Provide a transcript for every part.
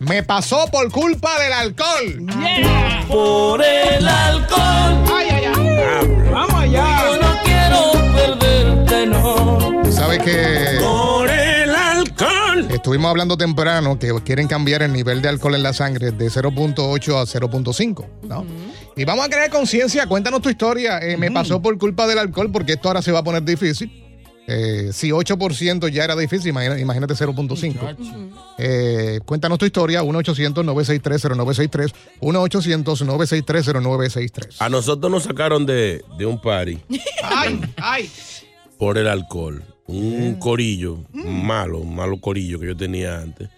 Me pasó por culpa del alcohol. Por el alcohol. Ay, ay, ay. Vamos allá. Yo no quiero perderte, no. Tú sabes que Por el alcohol. estuvimos hablando temprano que quieren cambiar el nivel de alcohol en la sangre de 0.8 a 0.5, ¿no? Y vamos a crear conciencia. Cuéntanos tu historia. Eh, Me pasó por culpa del alcohol porque esto ahora se va a poner difícil. Eh, si 8% ya era difícil, imagina- imagínate 0.5. Eh, cuéntanos tu historia, 1-800-963-0963, 1-800-963-0963. A nosotros nos sacaron de, de un party ¡Ay, ay! por el alcohol. Mm. Un corillo malo, un malo corillo que yo tenía antes.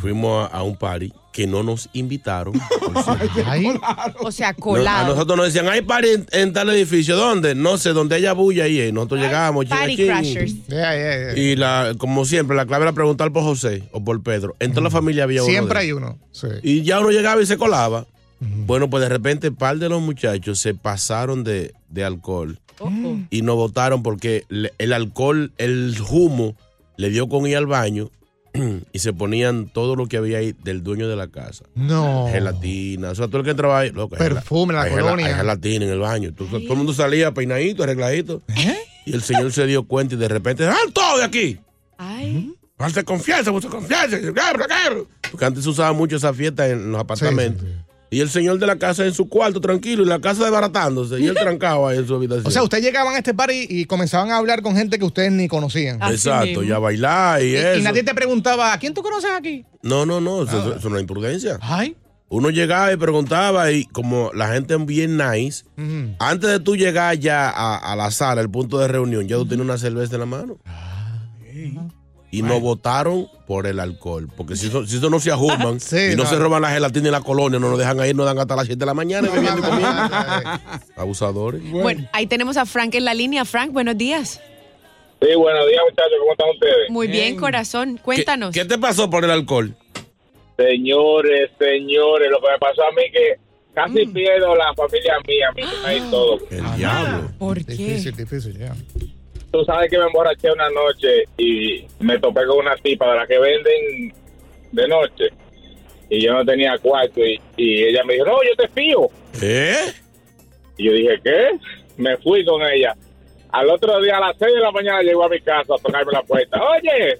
Fuimos a, a un party que no nos invitaron. por cierto. ay. O sea, No, a colado. nosotros nos decían, hay party en, en tal edificio. ¿Dónde? No sé, donde ella bulla ahí. eh. Nosotros llegamos. chin, Party chin. Crashers. Yeah, yeah, yeah. Y la, como siempre, la clave era preguntar por José o por Pedro. En Mm. toda la familia había uno. Siempre de hay uno. Sí. Y ya uno llegaba y se colaba. Bueno, pues de repente un par de los muchachos se pasaron de, de alcohol y no votaron porque le- el alcohol, el humo, le dio con ir al baño y se ponían todo lo que había ahí del dueño de la casa. No. Gelatina, o sea, todo el que entraba ahí. loco, hay gela- Oh. Perfume, la hay gela- colonia. hay gelatina en el baño. Tú- todo el mundo salía peinadito, arregladito. ¿Eh? Y el señor se dio cuenta y de repente, ¡ah, todo de aquí! Ay. Falta de confianza, mucha confianza. Porque antes se usaba mucho esa fiesta en los apartamentos. sí, sí. Y el señor de la casa en su cuarto, tranquilo, y la casa desbaratándose. Y él trancado ahí en su habitación. O sea, ustedes llegaban a este party y comenzaban a hablar con gente que ustedes ni conocían. así Exacto, mismo. ya bailar y, Y, eso. y nadie te preguntaba, ¿a quién tú conoces aquí? No, no, no, eso, eso es una imprudencia. Ay. Uno llegaba y preguntaba, y como la gente es bien nice, Mm. Ujú. antes de tú llegar ya a, a la sala, el punto de reunión, ya tú tienes una cerveza en la mano. Y no votaron por el alcohol. Porque si eso, si eso no se ajuman Sí, y no, no. se roban la gelatina y la colonia, no nos dejan ahí, nos dan hasta las 7 de la mañana bebiendo y comiendo. Ay. Abusadores. Bueno, ahí tenemos a Frank en la línea. Frank, buenos días. Sí, buenos días, muchachos. ¿Cómo están ustedes? Muy bien, corazón. ¿Qué- Cuéntanos. ¿Qué, te pasó por el alcohol? Señores, señores, lo que me pasó a mí que casi Mm. pierdo la familia mía, mi hija y todo. El diablo. ¿Por qué? Difícil, difícil, ya. Tú sabes que me emborraché una noche y me topé con una tipa de la que venden de noche. Y yo no tenía cuarto y, y ella me dijo, no, yo te fío. ¿Eh? Y yo dije, ¿qué? Me fui con ella. Al otro día, a las 6 de la mañana, llegó a mi casa a tocarme la puerta. Oye,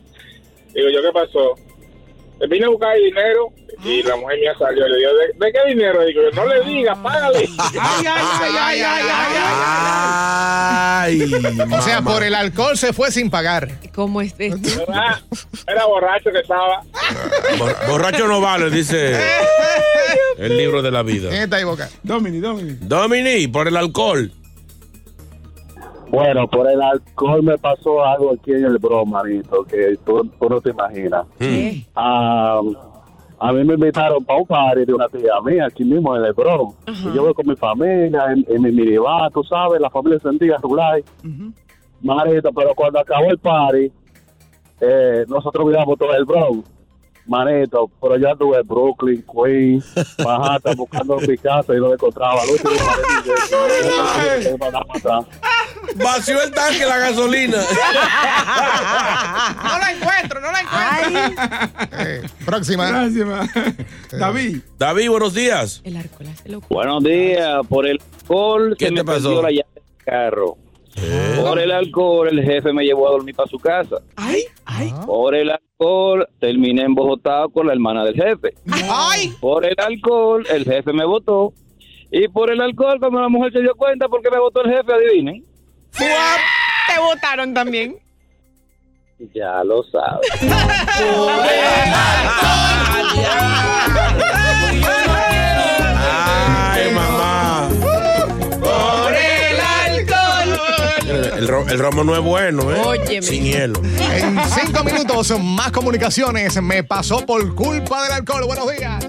digo, ¿yo qué pasó? Le Vine a buscar el dinero y la mujer mía salió. Le digo, ¿de, de qué dinero? Digo, yo, no le digas, págale. Ay, ay, ay, ay, ay, ay, ay. Ay. O sea, mamá. por el alcohol se fue sin pagar. ¿Cómo es esto? Era- Era borracho que estaba. Bor- borracho no vale, dice el libro de la vida. ¿Quién está ahí, Boca? Domini, Domini. Domini, por el alcohol. Bueno, por el alcohol me pasó algo aquí en el broma, manito, que tú, tú no te imaginas. ¿Qué? Ah, a mí me invitaron para un party de una tía mía, aquí mismo en el broma. Ajá. Y yo voy con mi familia, en, en mi minibar, tú sabes, la familia sentía rural. Marito, pero cuando acabó el party, eh, nosotros miramos todo el broma. Manito, por allá tuve Brooklyn, Queens, Manhattan, buscando Picasso y no lo encontraba. Lo último, manito, me mandaba para atrás. Vació el tanque la gasolina. No la encuentro, no la encuentro. Próxima. Eh. David. David, buenos días. Buenos días, por el alcohol ¿Qué se me te pasó? perdió la llave del carro. Por el alcohol el jefe me llevó a dormir para su casa. Por el alcohol terminé embojotado con la hermana del jefe. Por el alcohol el jefe me votó. Y por el alcohol cuando la mujer se dio cuenta porque me votó el jefe, adivinen. Te votaron también. Ya lo sabes. Ay, mamá. Por el alcohol. El, el ro- el romo no es bueno, ¿eh? Óyeme. Sin hielo. En cinco minutos, más comunicaciones. Me pasó por culpa del alcohol. Buenos días.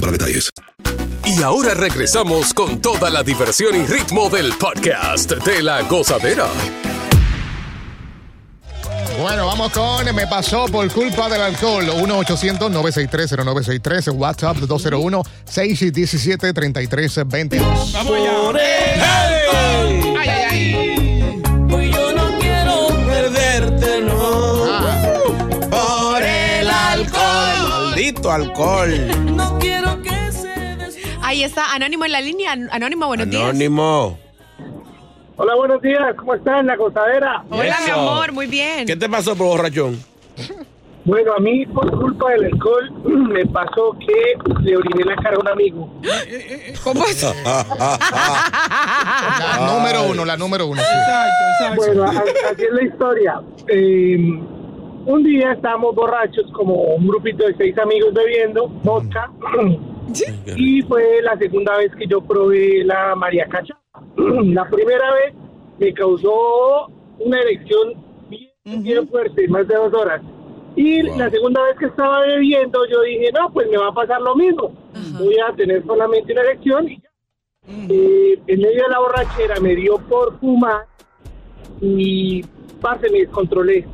para detalles. Y ahora regresamos con toda la diversión y ritmo del podcast de la gozadera. Bueno, vamos con Me pasó por culpa del alcohol. 1-800-963-0963. WhatsApp Por 201-617-3322. el alcohol. Hoy yo no quiero perderte, no. Ah. Por el alcohol. Maldito alcohol. No quiero que se Ahí está, Anónimo en la línea. Anónimo, buenos días. Anónimo. Hola, buenos días. ¿Cómo están, la cosadera? Hola, mi Eso. amor, muy bien. ¿Qué te pasó, por borrachón? Bueno, a mí, por culpa del alcohol, me pasó que le oriné la cara a un amigo. Eh, ¿Cómo es? La número uno, la número uno. sí. Bueno, a- así es la historia. Eh, un día estábamos borrachos, como un grupito de seis amigos bebiendo vodka. y fue la segunda vez que yo probé la María Cacha. la primera vez me causó una erección bien, bien fuerte, más de dos horas. Y la segunda vez que estaba bebiendo, yo dije, no, pues me va a pasar lo mismo. Voy a tener solamente una erección. y ya". Eh, en medio de la borrachera me dio por fumar y parce, me descontrolé.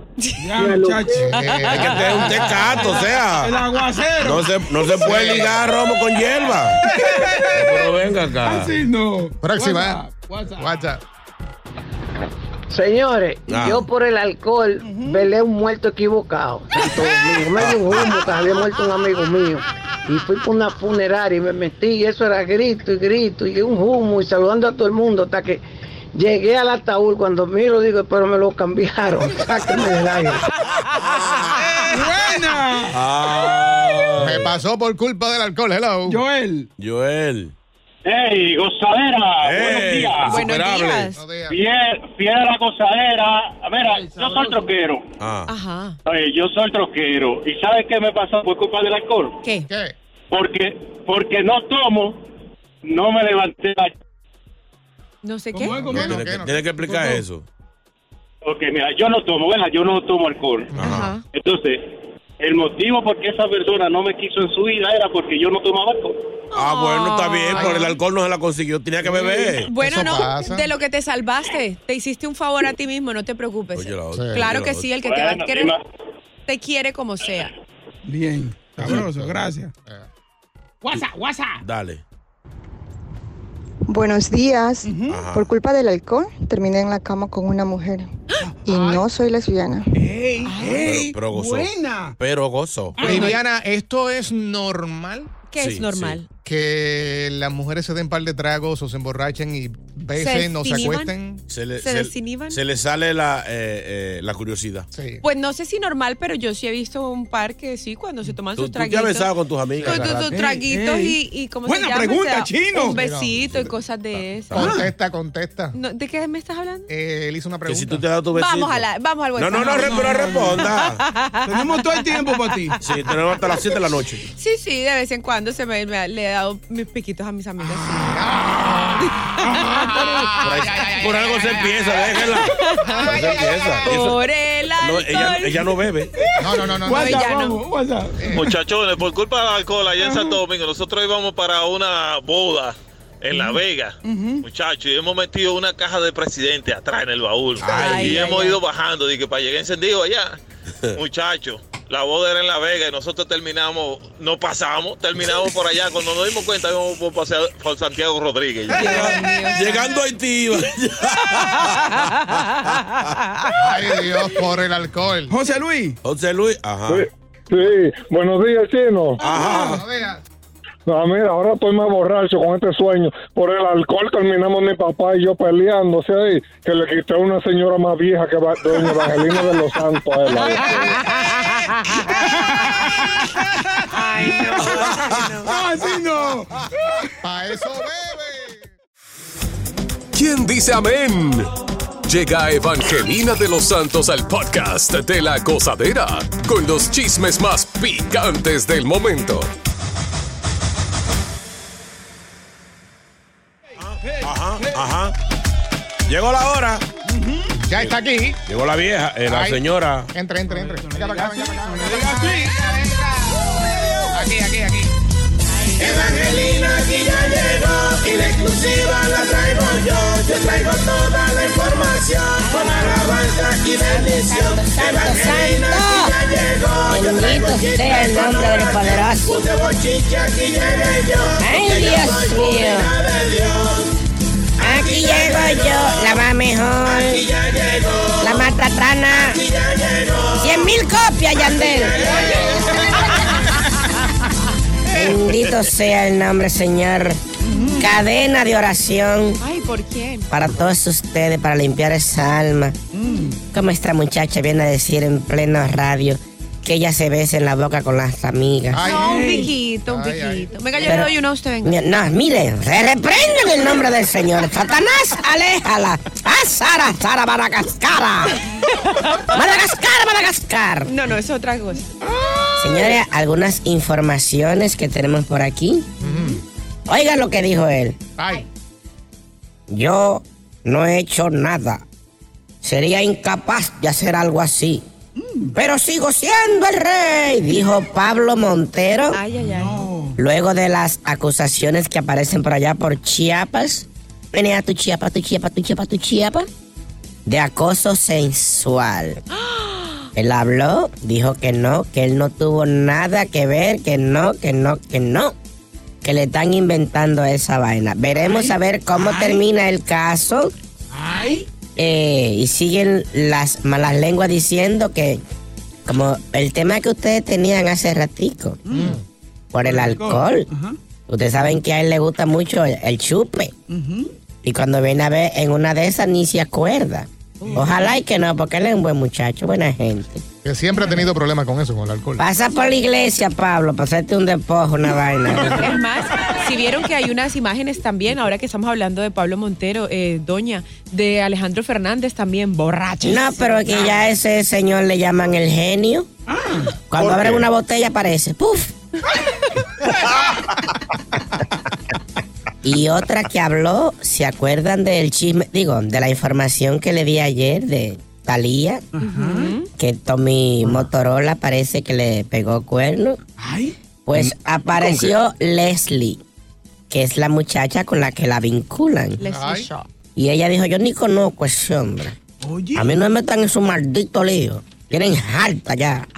Me alocé. Eh, Hay que tener un tecato, o sea. El aguacero. No se, no se puede ligar romo con hierba. Pero venga acá. no. Próxima. WhatsApp. Señores, Ah. yo por el alcohol velé un muerto equivocado. Santo Domingo. Me dio un humo que había muerto un amigo mío. Y fui por una funeraria y me metí. Y eso era grito y grito y un humo y saludando a todo el mundo hasta que llegué al ataúd. Cuando miro, digo, pero me lo cambiaron. Sáquenme del aire. ¡Buena! Ah. Me pasó por culpa del alcohol. Hello. Joel. Joel. ¡Ey, gozadera! Ey, buenos días. insuperable. Fiel, fiel a la gozadera. Mira, yo soy troquero. Ah. Ajá. Oye, yo soy troquero. ¿Y sabes qué me pasó por culpa del alcohol? ¿Qué? Porque, porque no tomo, no me levanté la... No sé qué. Tienes que, tienes que explicar eso. Ok, mira, yo no tomo, ¿verdad? Yo no tomo alcohol. Ajá. Entonces, el motivo por qué esa persona no me quiso en su vida era porque yo no tomaba alcohol. Ah, bueno, está bien, pero el alcohol no se la consiguió, tenía que beber. Bueno, no, de lo que te salvaste, te hiciste un favor a ti mismo, no te preocupes. Oye, la otra, claro oye, que la sí, el que te va otra. a querer, te quiere como sea. Bien. Sabroso, gracias. WhatsApp, WhatsApp. Dale. Buenos días. Ajá. Por culpa del alcohol, terminé en la cama con una mujer. y no soy lesbiana. ¡Ey, ey! Pero gozó. Buena. Pero gozo. Ah, Viviana, ¿esto es normal? ¿Qué es Sí, normal? sí. Que las mujeres se den par de tragos o se emborrachen y besen o se desinhiban? acuesten. Se le, ¿Se se- desinhiban? se le sale la, eh, eh, la curiosidad. Pues no sé si normal, pero yo sí he visto un par que sí, cuando se toman Tú, sus tú te traguitos. has besado con tus amigas. Con tus- tus Ey, traguitos ey. y, y cómo Buena se llama? pregunta, O sea, chino. Un besito y cosas de eso. Contesta, contesta. Eh, No, ¿De qué me estás hablando? él hizo una Que si tú te has dado tu besito. Vamos a la, vamos al No, WhatsApp. no, no, re- pero responda. Tenemos todo el tiempo para ti. Sí, tenemos hasta las 7 de la noche. Sí, sí, de vez en cuando se me, me- le he dado mis piquitos a mis amigos. Por, ahí- por algo se empieza, déjela. Por algo se empieza. Y eso- Por el No, alcohol. ella, ella no bebe. No, no, no, no. WhatsApp, ella no. vamos, Muchachones, por culpa del alcohol allá en Santo Domingo, nosotros íbamos para una boda en La Vega. Muchachos, y hemos metido una caja de presidente atrás en el baúl. Ay, y ay, hemos ay. ido bajando, dije, para llegar encendido allá. Muchachos, la boda era en La Vega y nosotros terminamos, no pasamos, terminamos por allá. Cuando nos dimos cuenta, íbamos por, paseo- por Santiago Rodríguez. Llegando a Haití. Ay, Dios, por el alcohol. José Luis. José Luis, ajá. Sí, sí. buenos días, chino. No, mira, ahora estoy más borracho con este sueño. Por el alcohol terminamos mi papá y yo peleándose ahí, que le quité a una señora más vieja que va- doña Evangelina de los Santos. a él ahí. ¡Así no! ¡Para eso ¿Quién dice amén? Llega Evangelina de los Santos al podcast de la gozadera con los chismes más picantes del momento. Ajá, ajá. Llegó la hora. Ya está aquí. Llegó la vieja, eh, la Ay. señora. Entra, entra, entra. Venga para acá, venga para acá. Aquí, aquí, aquí. Evangelina aquí ya llegó y la exclusiva la traigo yo. Yo traigo toda la información con alabanza y bendición. Evangelina aquí ya llegó. Yo traigo Bendito chisme sea el con nombre del alabanza. poderoso. Puse bochiche, aquí llegué yo. Ay, porque yo Dios soy mío. comida de Dios. Aquí llego yo, la va mejor. La matatana. Cien mil copias, Yandel. Bendito sea el nombre, Señor. Cadena de oración Ay, ¿por quién? para todos ustedes, para limpiar esa alma. Como esta muchacha viene a decir en pleno radio que ella se besa en la boca con las amigas. no, un piquito, un piquito. Venga, yo le Pero- doy uno a usted, venga. Mi- No, mire, se reprende en el nombre del Señor. Satanás, aléjala. ¡Ah, Sara, Sara, Madagascara! ¡Madagascar, Madagascar! No, no, es otra cosa. Señores, algunas informaciones que tenemos por aquí. Oigan lo que dijo él. Ay. Yo no he hecho nada. Sería incapaz de hacer algo así. Pero sigo siendo el rey, dijo Pablo Montero. Ay, ay, ay. Luego de las acusaciones que aparecen por allá por Chiapas, venía tu Chiapa, tu Chiapa, tu Chiapa, tu Chiapa, de acoso sensual. Él habló, dijo que no, que él no tuvo nada que ver, que no, que no, que no, que le están inventando esa vaina. Veremos a ver cómo termina el caso. Eh, y siguen las malas lenguas diciendo que, como el tema que ustedes tenían hace ratico, por el alcohol. Ustedes saben que a él le gusta mucho el, el chupe. Y cuando viene a ver en una de esas ni se acuerda. Ojalá y que no, porque él es un buen muchacho, buena gente. Que siempre ha tenido problemas con eso, con el alcohol. Pasa por la iglesia, Pablo, para hacerte un despojo, una vaina. Es más, si vieron que hay unas imágenes también, ahora que estamos hablando de Pablo Montero, eh, Doña, de Alejandro Fernández también, borracho. No, pero que ya ese señor le llaman el genio. Cuando ¿por abren qué? una botella aparece. ¡Puf! y otra que habló, ¿se acuerdan del chisme? Digo, de la información que le di ayer de Talía, que Tommy Motorola parece que le pegó cuerno. Pues apareció Leslie, que es la muchacha con la que la vinculan. Y ella dijo, yo ni conozco a ese hombre. A mí no me metan en su maldito lío. Tienen harta ya.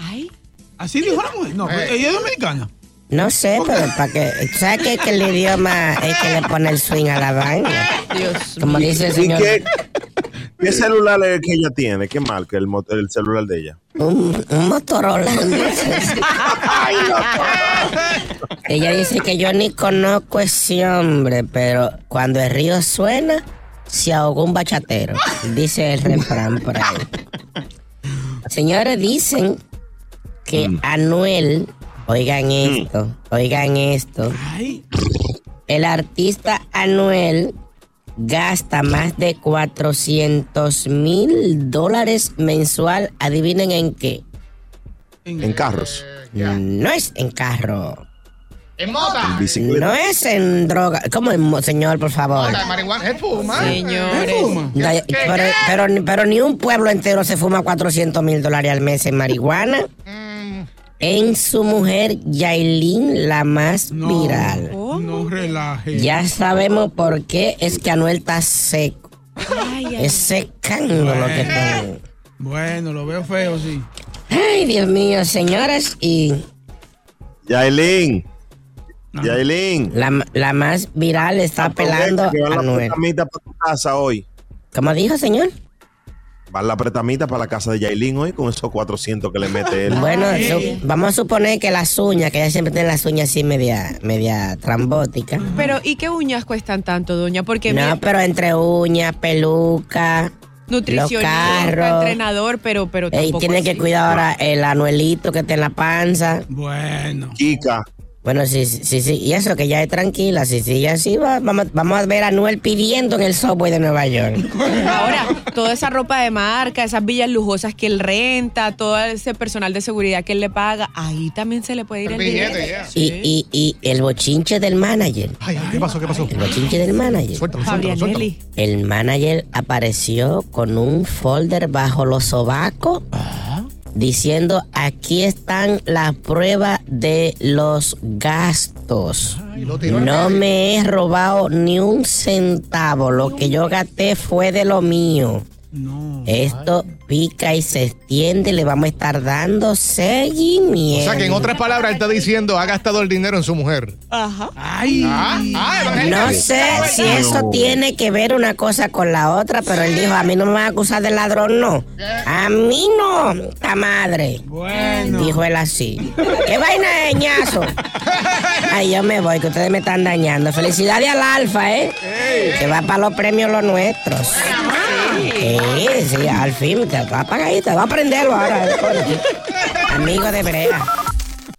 Así dijo la mujer. No, pero ella es dominicana. No sé, pero para que... ¿Sabes qué? Que el idioma es que le pone el swing a la vaina. Como dice el señor... ¿Qué celular es el que ella tiene? ¿Qué marca el, mot- el celular de ella? Un, un Motorola. Ella dice que yo ni conozco ese hombre, pero cuando el río suena, se ahogó un bachatero. Dice el refrán por ahí. Señores, dicen que Mm. Anuel, oigan esto, oigan esto. El artista Anuel gasta más de 400 mil dólares mensual. Adivinen en qué. En carros. No es en carro. En mota. No es en droga. ¿Cómo en mo- señor, por favor? Mota de Ah, marihuana. Es fuma. Señores. Es fuma. No, eh, Pero, pero ni- pero ni un pueblo entero se fuma 400 mil dólares al mes en marihuana. En su mujer, Yailin, la más viral. No relaje. Ya sabemos por qué es que Anuel está seco. Es secando lo que está. Bueno, lo veo feo, sí. Ay, Dios mío, señores, y Yailin. Yailin. La, la más viral está pelando que va a la Anuel. pretamita para tu casa hoy. ¿Cómo dijo, señor? Va la pretamita para la casa de Yailin hoy con esos 400 que le mete él. Bueno, su- vamos a suponer que las uñas, que ella siempre tiene las uñas así media, media trambótica. Pero, ¿y qué uñas cuestan tanto, doña? Porque No, mira, pero entre uñas, peluca, los nutricionista, carros. entrenador, pero, pero Ey, tampoco tiene que así. cuidar ahora el anuelito que está en la panza. Bueno. Chica. Bueno, sí, sí, sí, sí. Y eso que ya es tranquila, sí, sí, ya sí va. Vamos, vamos a ver a Anuel pidiendo en el subway de Nueva York. Ahora, toda esa ropa de marca, esas villas lujosas que él renta, todo ese personal de seguridad que él le paga, ahí también se le puede ir el, billete, billete. Y, y, y el bochinche del manager. Ay, ay, ¿qué pasó? ¿Qué pasó? El bochinche del manager. Fabián Eli. El manager apareció con un folder bajo los sobacos Ah. diciendo aquí están las pruebas de los gastos. No me he robado ni un centavo. Lo que yo gasté fue de lo mío. Esto pica y se extiende. Le vamos a estar dando O seguimiento. sea, que en otras palabras, él está diciendo ha gastado el dinero en su mujer. Ajá. Ay. No sé si eso tiene que ver una cosa con la otra, pero él dijo, a mí no me van a acusar de ladrón, no. A mí no, ta madre. Dijo él así. ¿Qué vaina de ñazo? Ay, yo me voy, que ustedes me están dañando. Felicidades al Alfa, ¿eh? Que va para los premios los nuestros. Sí, sí, al fin, te va a pagar ahí, te va a prenderlo ahora. eh, coño. Amigo de Brea.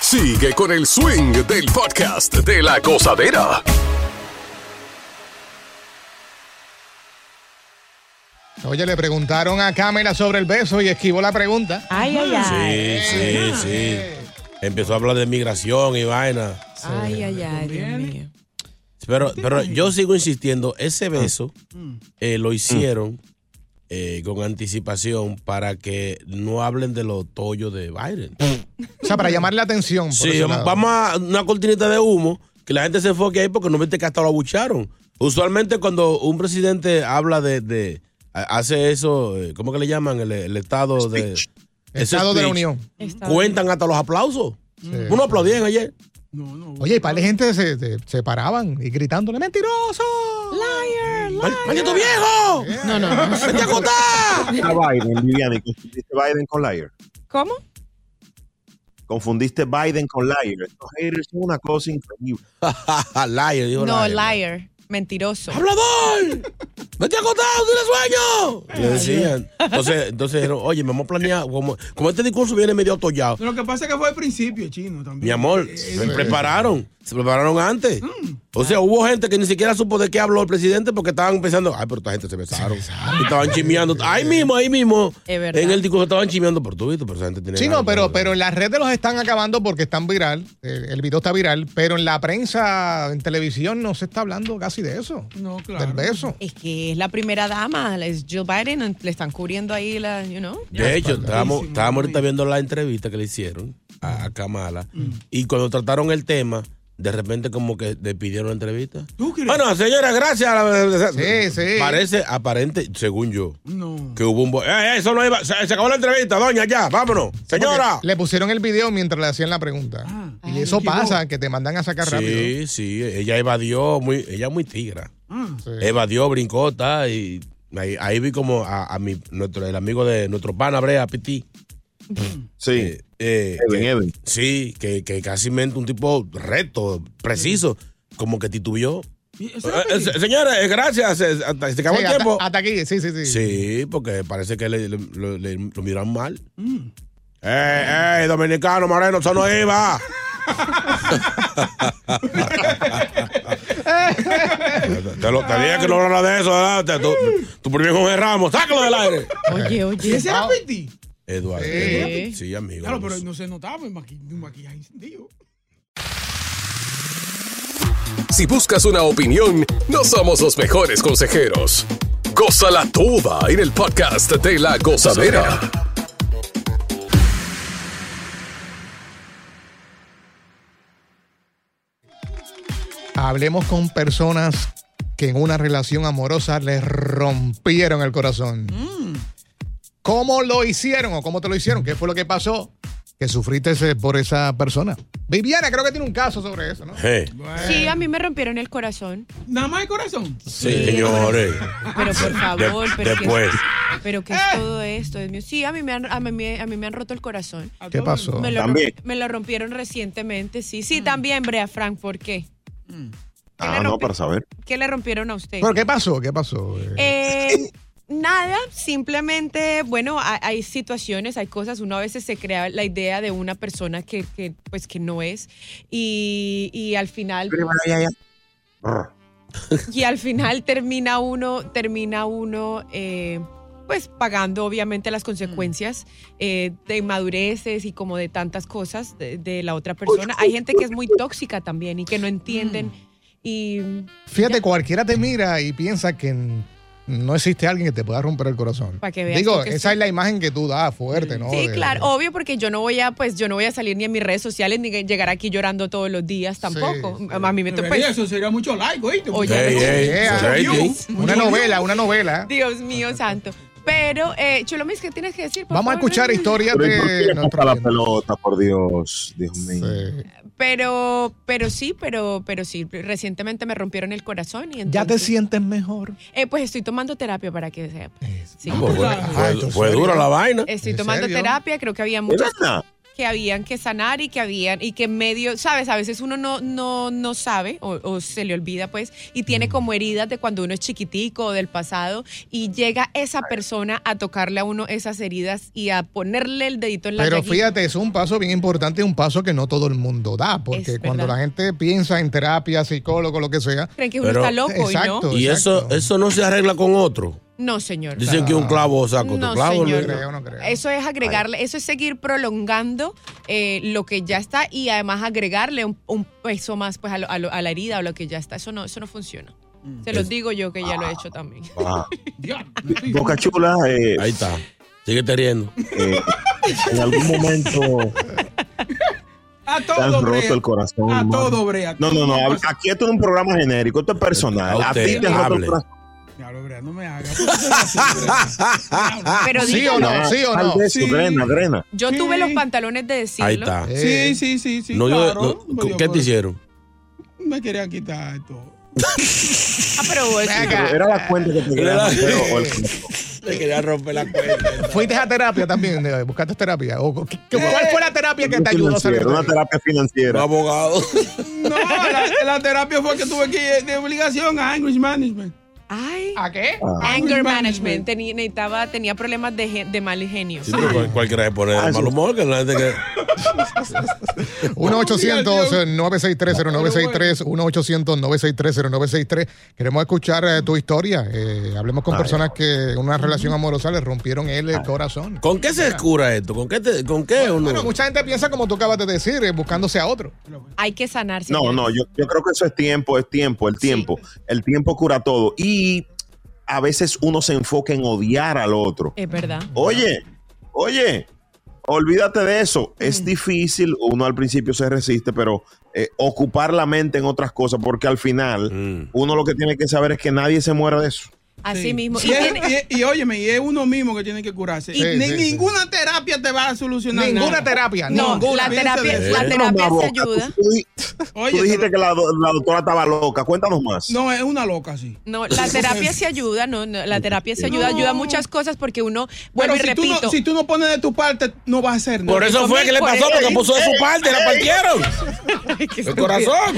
Sigue con el swing del podcast de la gozadera. Oye, le preguntaron a Camila sobre el beso y esquivó la pregunta. Ay, ay, Sí, sí, sí. Empezó a hablar de migración y vaina. Ay, ay, ay, Dios mío. Pero, pero yo sigo insistiendo, ese Ah. beso eh, lo hicieron eh, con anticipación para que no hablen de los tollos de Biden. O sea, para llamar la atención. por Sí, Mm, ese lado. vamos a una cortinita de humo, que la gente se enfoque ahí porque no viste que hasta lo abucharon. Usualmente cuando un presidente habla de, de- ha- hace eso, eh, ¿cómo que le llaman? El, el estado de... ese Estado de la speech, Unión. Cuentan hasta los aplausos. Uno aplaudían ayer. Oye, y para la gente se, se, se paraban y gritándole, mentiroso. Liar, ¡Maldito viejo! No, no. ¡Vete a acotar! A Biden, Viviani, confundiste Biden con Liar. ¿Cómo? Confundiste Biden con liar. Estos haters son una cosa increíble. liar, digo No, liar. Mentiroso. ¡Hablador! ¡Vete acostado! ¡Tiene sueño! Le decían. Entonces, entonces dijeron, oye, vamos a planear. Como, como este discurso viene medio atollado. Lo que pasa es que fue al principio, chino, también. Mi amor, se prepararon. Se prepararon antes. O sea, hubo gente que ni siquiera supo de qué habló el presidente porque estaban pensando, ay, pero esta gente se besaron. Y estaban chismeando. Ahí mismo, ahí mismo. Es verdad. En el discurso estaban chismeando por tu pero esa gente tiene. Sí, ganas. no, pero, pero en las redes los están acabando porque están viral. El, el video está viral, pero en la prensa, en televisión, no se está hablando casi de eso. No, claro. Del beso. Es que es la primera dama, es Joe Biden, le están cubriendo ahí la, you know. De hecho, estábamos, estábamos ahorita viendo la entrevista que le hicieron a, a Kamala. Mm. Y cuando trataron el tema, de repente como que le pidieron la entrevista. Bueno, señora, gracias. Sí, sí. Parece aparente, según yo, que hubo un... bo- Eh, eh, eso no iba- Se, se acabó la entrevista, doña, ya, vámonos. Señora. Porque Le pusieron el video mientras le hacían la pregunta. y eso pasa, que te mandan a sacar rápido. Sí, sí, ella evadió, muy, ella es muy tigra. Ah. Evadió, brincó, está, y ahí, ahí vi como a, a mi, nuestro, el amigo de nuestro pana, Brea Piti. Sí. Eh, eh, Edwin, Edwin. Sí, que, que casi mente un tipo recto, preciso, como que titubió. Eh, eh, se- señores, eh, gracias, eh, hasta- se acabó Sí, el hasta- tiempo. Hasta, aquí, sí, sí, sí. Sí, porque parece que le, le- lo- le- lo miraron mal. ¡Ey, ey, dominicano, moreno, eso no iba! Te, lo, te dije que no hablara de eso, ¿verdad? Te- tú, tú primero con el ramo, sácalo del aire. Oye, oye. ¿Ese Ah, era Piti? Eduardo. Sí. Eduardo, Sí, amigo. Claro, pero no se notaba en maqui- un maquillaje encendido. Si buscas una opinión, no somos los mejores consejeros. Goza la tuba en el podcast de la gozadera. Hablemos con personas que en una relación amorosa les rompieron el corazón. Mm. ¿Cómo lo hicieron o cómo te lo hicieron? ¿Qué fue lo que pasó? Que sufriste ese- por esa persona. Viviana creo que tiene un caso sobre eso, ¿no? Eh, Sí, a mí me rompieron el corazón. ¿Nada más el corazón? Sí, señores. Pero por favor, De- pero después. ¿qué es, pero qué es todo esto? Dios mío. Sí, a mí, me han, a, mí, a mí me han roto el corazón. ¿Qué pasó? Me lo, También. romp- me lo rompieron recientemente, sí. Sí, también, Brea Frank, ¿por qué? Ah, no, para saber. ¿Qué le rompieron a usted? ¿Pero qué pasó? ¿Qué pasó? Eh, nada, simplemente, bueno, ha- hay, situaciones, hay cosas, uno a veces se crea la idea de una persona que, que, pues que no es y, y al final y al final termina uno termina uno eh, pues pagando obviamente las consecuencias eh, de inmadureces y como de tantas cosas de, de la otra persona. Hay gente que es muy tóxica también y que no entienden y Fíjate, cualquiera te mira y piensa que n- no existe alguien que te pueda romper el corazón. Para que veas Digo, tú que esa sí. es la imagen que tú das fuerte, ¿no? Sí, De- claro, obvio, porque yo no voy a, pues, yo no voy a salir ni en mis redes sociales ni llegar aquí llorando todos los días tampoco. A mí me Debería, pues, Eso sería mucho like, ¿oíste? Oye, Ey, no. ey, ey, ey. Una novela, una novela. Dios mío santo. Pero, eh, Cholomis, ¿qué tienes que decir? por Vamos a favor? escuchar historias Pero, ¿y por qué de le nuestro- pasa la pelota, por Dios, Dios mío. Pero, pero sí, pero, pero sí. Recientemente me rompieron el corazón y entonces, Ya te sientes mejor. Eh, pues estoy tomando terapia para que sea. Sí. pues fue- Ah, fue- ¿esto es fue serio? dura la vaina. Estoy ¿En tomando serio? terapia, creo que había muchas que habían que sanar y que habían y que medio, sabes, a veces uno no no no sabe o, o se le olvida pues y tiene como heridas de cuando uno es chiquitico o del pasado y llega esa persona a tocarle a uno esas heridas y a ponerle el dedito en la Pero llaguita. fíjate, es un paso bien importante, un paso que no todo el mundo da, porque cuando la gente piensa en terapia, psicólogo, lo que sea. Creen que uno está loco y no. exacto, Y eso, eso no se arregla con otro. No, señor. Dicen que un clavo saca No, otro clavo. señor, ¿no? no. Eso es agregarle, eso es seguir prolongando eh, lo que ya está y además agregarle un, un peso más pues a, lo- a lo- a la herida o lo que ya está. Eso no, eso no funciona. Se los digo yo que ya lo he hecho también. Ah. Boca Chula. Ahí está. Sigue te riendo. en algún momento A te han todo, roto Brea. el corazón. A mano. todo, Brea. No, no, no. hab- Aquí esto es un programa genérico, esto es personal. A, A ti usted, te han roto el hable. corazón. Ah, Pero ¿Sí diga- o no? ¿Sí o no? Tal vez, Sí. Drena, drena. Yo tuve los pantalones de decirlo. Ahí está. Eh, Sí, sí, sí, sí. No, yo- claro. no, Pues yo ¿Qué por- te hicieron? Me quería quitar todo. Ah, pero vos- Pero Era la cuenta que te quedaban, pero- Le quería romper la cuenta. ¿Fuiste a terapia también? eh, ¿Buscaste terapia? ¿O qué- qué- ¿Cuál fue la terapia que te ayudó a salir? de Una terapia financiera. abogado. No, la, la terapia fue que tuve que ir de obligación a English Management. Ay. ¿A qué? Ah. Anger management. Tenía, necesitaba, tenía problemas de, gen- de mal genio. Sí, pero cual- cualquiera se pone de mal humor, que la gente que. 1-800-963-0963, 1-800-963-0963. Queremos escuchar eh, tu historia. Eh, hablemos con personas que en una relación amorosa les rompieron el eh, corazón. ¿Con qué se cura esto? ¿Con qué, te- con qué uno? Bueno, mucha gente piensa como tú acabas de decir, eh, buscándose a otro. Hay que sanarse. No, no, yo, yo creo que eso es tiempo, es tiempo, el tiempo. El tiempo cura todo. Y a veces uno se enfoca en odiar al otro. Es verdad. Oye, oye, olvídate de eso. Mm. Es difícil, uno al principio se resiste, pero eh, ocupar la mente en otras cosas, porque al final uno lo que tiene que saber es que nadie se muera de eso. Así Sí. mismo. Y, es- y, y óyeme, y es uno mismo que tiene que curarse. Sí, y ni- sí, sí. ninguna terapia te va a solucionar. Ninguna nada. terapia, No, ninguna. la terapia, Eh, la cuéntanos más, terapia se Boca. ayuda. Tú, tú Oye, dijiste que la, do- la doctora estaba loca. Cuéntanos más. No, es una loca, sí. No, la terapia se ayuda, no, no, la terapia se ayuda, No. ayuda a muchas cosas porque uno, Pero vuelvo y si tú, repito. no, si tú no pones de tu parte, no vas a hacer nada. Por eso fue que le pasó, porque puso de su parte, la partieron. El corazón.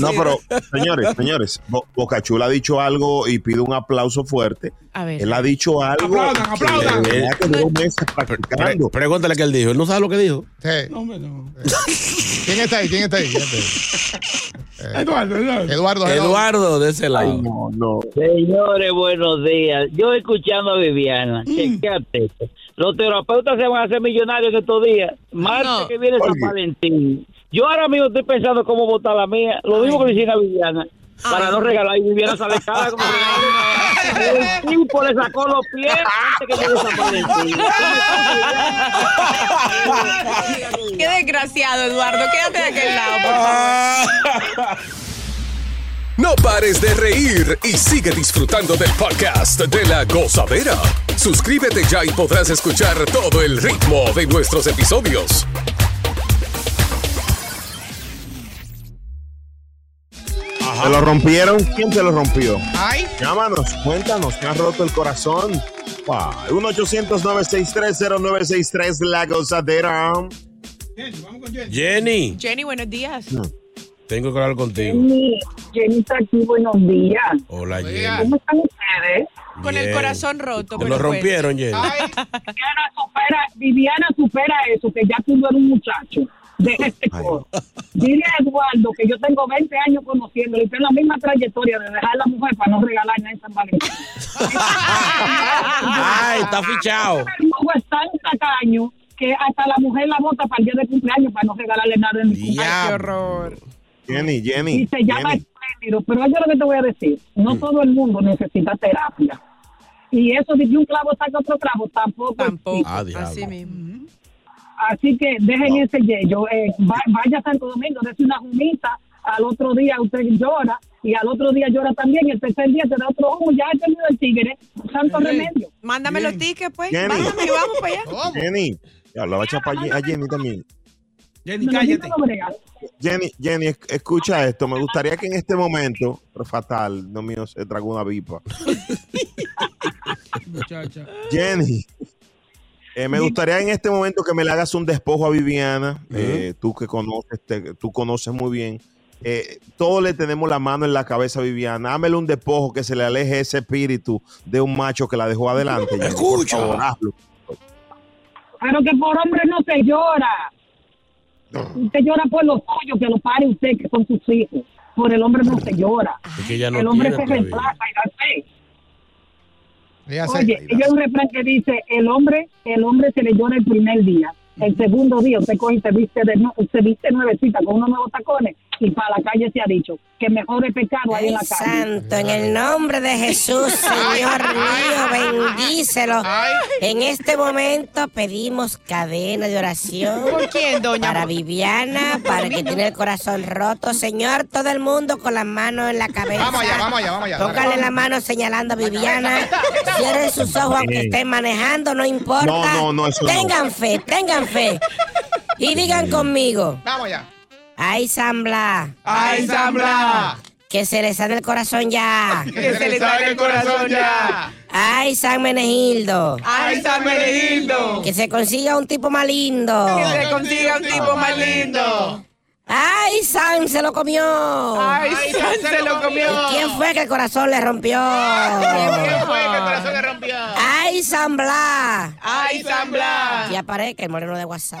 No, pero señores, señores, Bo- Bocachula ha dicho algo y pido un aplauso fuerte. A ver. Él ha dicho algo. Aplaudan, que aplaudan. de verdad que duró meses practicando. Pregúntale qué él dijo. Él no sabe lo que dijo. Sí. ¿Quién está ahí? ¿Quién está ahí? ¿Quién está ahí? Eduardo, Eduardo. Eduardo, Eduardo, de ese lado. Señores, buenos días. Yo escuchando a Viviana, Mm. chequeate esto. Los terapeutas se van a hacer millonarios en estos días. Martes No. que viene San Oye. Valentín. Yo ahora mismo estoy pensando cómo votar la mía. Lo mismo que le hicieron a Viviana. Para Ay. no regalar. Y Viviana sale cara como que el tipo le sacó los pies antes que llegue San Valentín. Qué desgraciado, Eduardo, quédate de aquel lado, por favor. No pares de reír y sigue disfrutando del podcast de la gozadera. Suscríbete ya y podrás escuchar todo el ritmo de nuestros episodios. ¿Se lo rompieron? ¿Quién se lo rompió? Ay. Llámanos, cuéntanos, ¿te has roto el corazón? Ah, Wow. 1-800-963-0963, la gozadera. Jenny, Jenny, buenos días. tengo que hablar contigo. Jenny, Jenny está aquí, buenos días. Hola, Jenny. ¿Cómo están ustedes? Con el Oh, Bien. corazón roto. Te pero lo rompieron, bueno. Jenny. Viviana supera, Viviana supera eso, que ya tú no eres un muchacho de este coro. Dile a Eduardo que yo tengo 20 años conociéndolo y tengo la misma trayectoria de dejar a la mujer para no regalar nada en San Valentín. Ay, está fichado. El mundo es tan tacaño que hasta la mujer la bota para el día de cumpleaños para no regalarle nada en el cumpleaños. horror. Jenny, Jenny. Y se llama Jenny. espléndido. Pero yo lo que te voy a decir, no todo el mundo necesita terapia. Y eso de que un clavo saca otro clavo, tampoco. existe. Ah, Ah, Así mismo. Así que dejen ese yello. Eh, va- vaya a Santo Domingo, dése una jumita. Al otro día usted llora y al otro día llora también. El tercer día te da otro ojo. Ya he tenido el tigre. Santo remedio. Mándame los tickets, pues. Jenny. Mándame y vamos para allá. Jenny. Ya hablaba chapa a Jenny también. Jenny, cállate. Jenny, Jenny, esc- escucha esto. Me gustaría que en este momento, pero fatal, no mío, se tragó una pipa. Muchacha. Jenny, eh, me gustaría en este momento que me le hagas un despojo a Viviana, eh, tú que conoces, te- tú conoces muy bien. Eh, todos le tenemos la mano en la cabeza a Viviana. Hámele un despojo que se le aleje ese espíritu de un macho que la dejó adelante. Jenny, Escucha. Por favor, hazlo. Pero que por hombre no se llora. Usted llora por los suyos, que lo pare usted, que son sus hijos. Por el hombre no se llora. Es que ya el no hombre tiene se todavía. reemplaza y da fe. Ella se- Oye, y hay un refrán que dice, el hombre, el hombre se le llora el primer día, el segundo día usted coge y se viste, de nue- se viste nuevecita con unos nuevos tacones y para la calle se ha dicho que mejor es pecado ahí en la calle. Santo, en el nombre de Jesús, Señor mío, bendícelo. En este momento pedimos cadena de oración. ¿Por quién, doña? Para Viviana, para que tiene el corazón roto. Señor, todo el mundo con las manos en la cabeza. Vamos allá, vamos allá, vamos allá. Póngale la mano señalando a Viviana. Cierren sus ojos aunque estén manejando, no importa. No, no, no, eso no. Tengan fe, tengan fe. Y digan conmigo. Vamos allá. ¡Ay, Zambla! ¡Ay, Zambla! Que se le sale el corazón ya. Que se le salga el corazón ya. Ay, San Menegildo. Ay, San Menegildo. Que se consiga un tipo más lindo. Que se consiga un tipo más lindo. Ay, San se lo comió. Ay, San se lo comió. ¿Y ¿Quién fue que el corazón le rompió? ¿Quién fue que el corazón le rompió? Ay, San Blas. Ay, San Blas. Y aparezca el moreno de WhatsApp.